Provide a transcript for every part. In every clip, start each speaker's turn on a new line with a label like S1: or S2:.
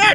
S1: é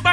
S1: da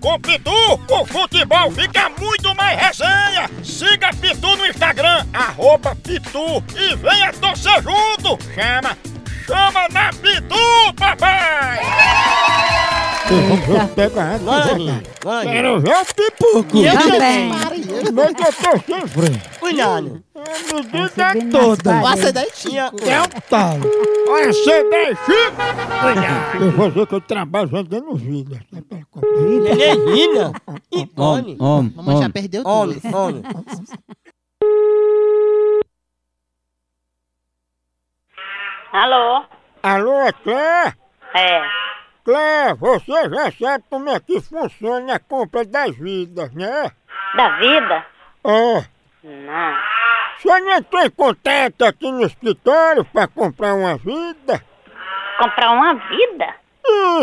S1: Com Pitu, o futebol fica muito mais resenha. Siga Pitu no Instagram, arroba Pitu e venha torcer junto. Chama, chama na Pitu, papai!
S2: Olha, olha.
S1: Quero ver o pipoco.
S2: E eu
S3: Também.
S1: Mas eu tô sem frente.
S2: Cuidado.
S1: A medida é toda.
S3: Vai ser
S2: Tinha-
S1: É um talo. Olha, você deixa. Eu vou dizer que eu trabalho vendendo vida. Sai pela copa.
S2: Neném Rina. Icone.
S4: Homem,
S3: Mamãe já perdeu tudo.
S2: Homem, homem.
S5: Alô?
S1: Alô, Clé?
S5: É.
S1: Clé, você já sabe como é que funciona a compra das vidas, né?
S5: Da vida?
S1: É.
S5: Não.
S1: Você não entrou em contato aqui no escritório pra comprar uma vida?
S5: Comprar uma vida?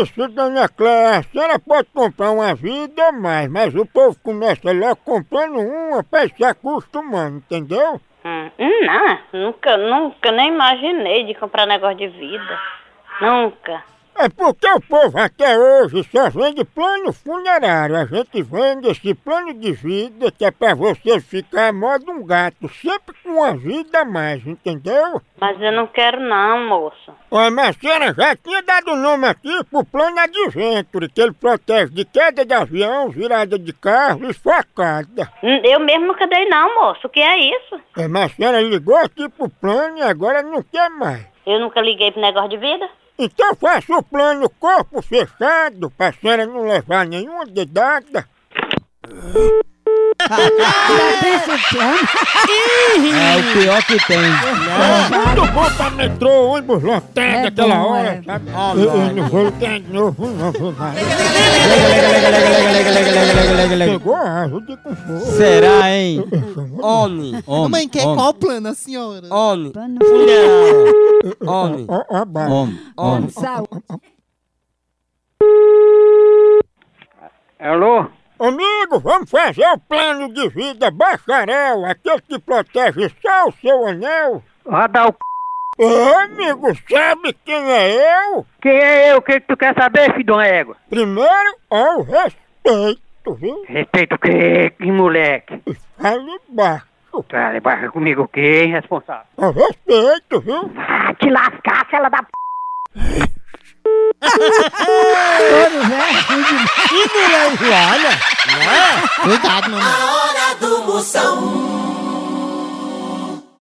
S1: Isso, dona Cléia, a senhora pode comprar uma vida ou mais, mas o povo começa logo comprando uma pra ir se acostumando, entendeu?
S5: Hum, hum, não, nunca, nunca nem imaginei de comprar negócio de vida. Nunca.
S1: É porque o povo até hoje só vende plano funerário. A gente vende esse plano de vida que é pra você ficar a modo um gato, sempre com uma vida a mais, entendeu?
S5: Mas eu não quero não, moço.
S1: Olha, mas a senhora já tinha dado o nome aqui pro plano Adventure, que ele protege de queda de avião, virada de carro e facada.
S5: Hum, Eu mesmo nunca dei não, moço. O que é isso?
S1: É, mas a senhora ligou aqui pro plano e agora não quer mais.
S5: Eu nunca liguei pro negócio de vida?
S1: Então faça o plano corpo fechado pra senhora não levar nenhuma dedada.
S4: É o pior que tem.
S1: É, tudo bom pra metrô, ônibus lotado
S3: É
S1: aquela
S3: bom,
S1: hora,
S3: é.
S1: sabe?
S2: Ah,
S1: eu, eu
S2: não.
S1: não vou lutar de novo, não vou mais. Pegou a asa de conforto.
S4: Será, hein?
S2: Homem.
S4: Homem,
S3: Mãe, quer
S4: homem,
S3: qual plano, a senhora?
S2: Homem.
S6: Pano
S2: Funerário. Homem.
S1: Ó, ó, bate.
S4: homem, homem.
S2: Homem.
S6: saúde.
S7: Alô?
S1: Amigo, vamos fazer o plano de vida bacharel, aquele que protege só o seu anel.
S7: Vai dar o c...
S1: Ô, amigo, sabe quem é eu?
S7: Quem é eu? O que que tu quer saber, filho de uma égua?
S1: Primeiro, ao respeito, viu?
S7: Respeito o quê, que moleque?
S1: E Fale baixo.
S7: Tá, ele baixa comigo o quê, hein, responsável?
S1: Ao respeito, viu?
S7: Ah, te lascar, ela da p...
S3: Cuidado, mamãe.
S2: é?
S8: A hora do Moção.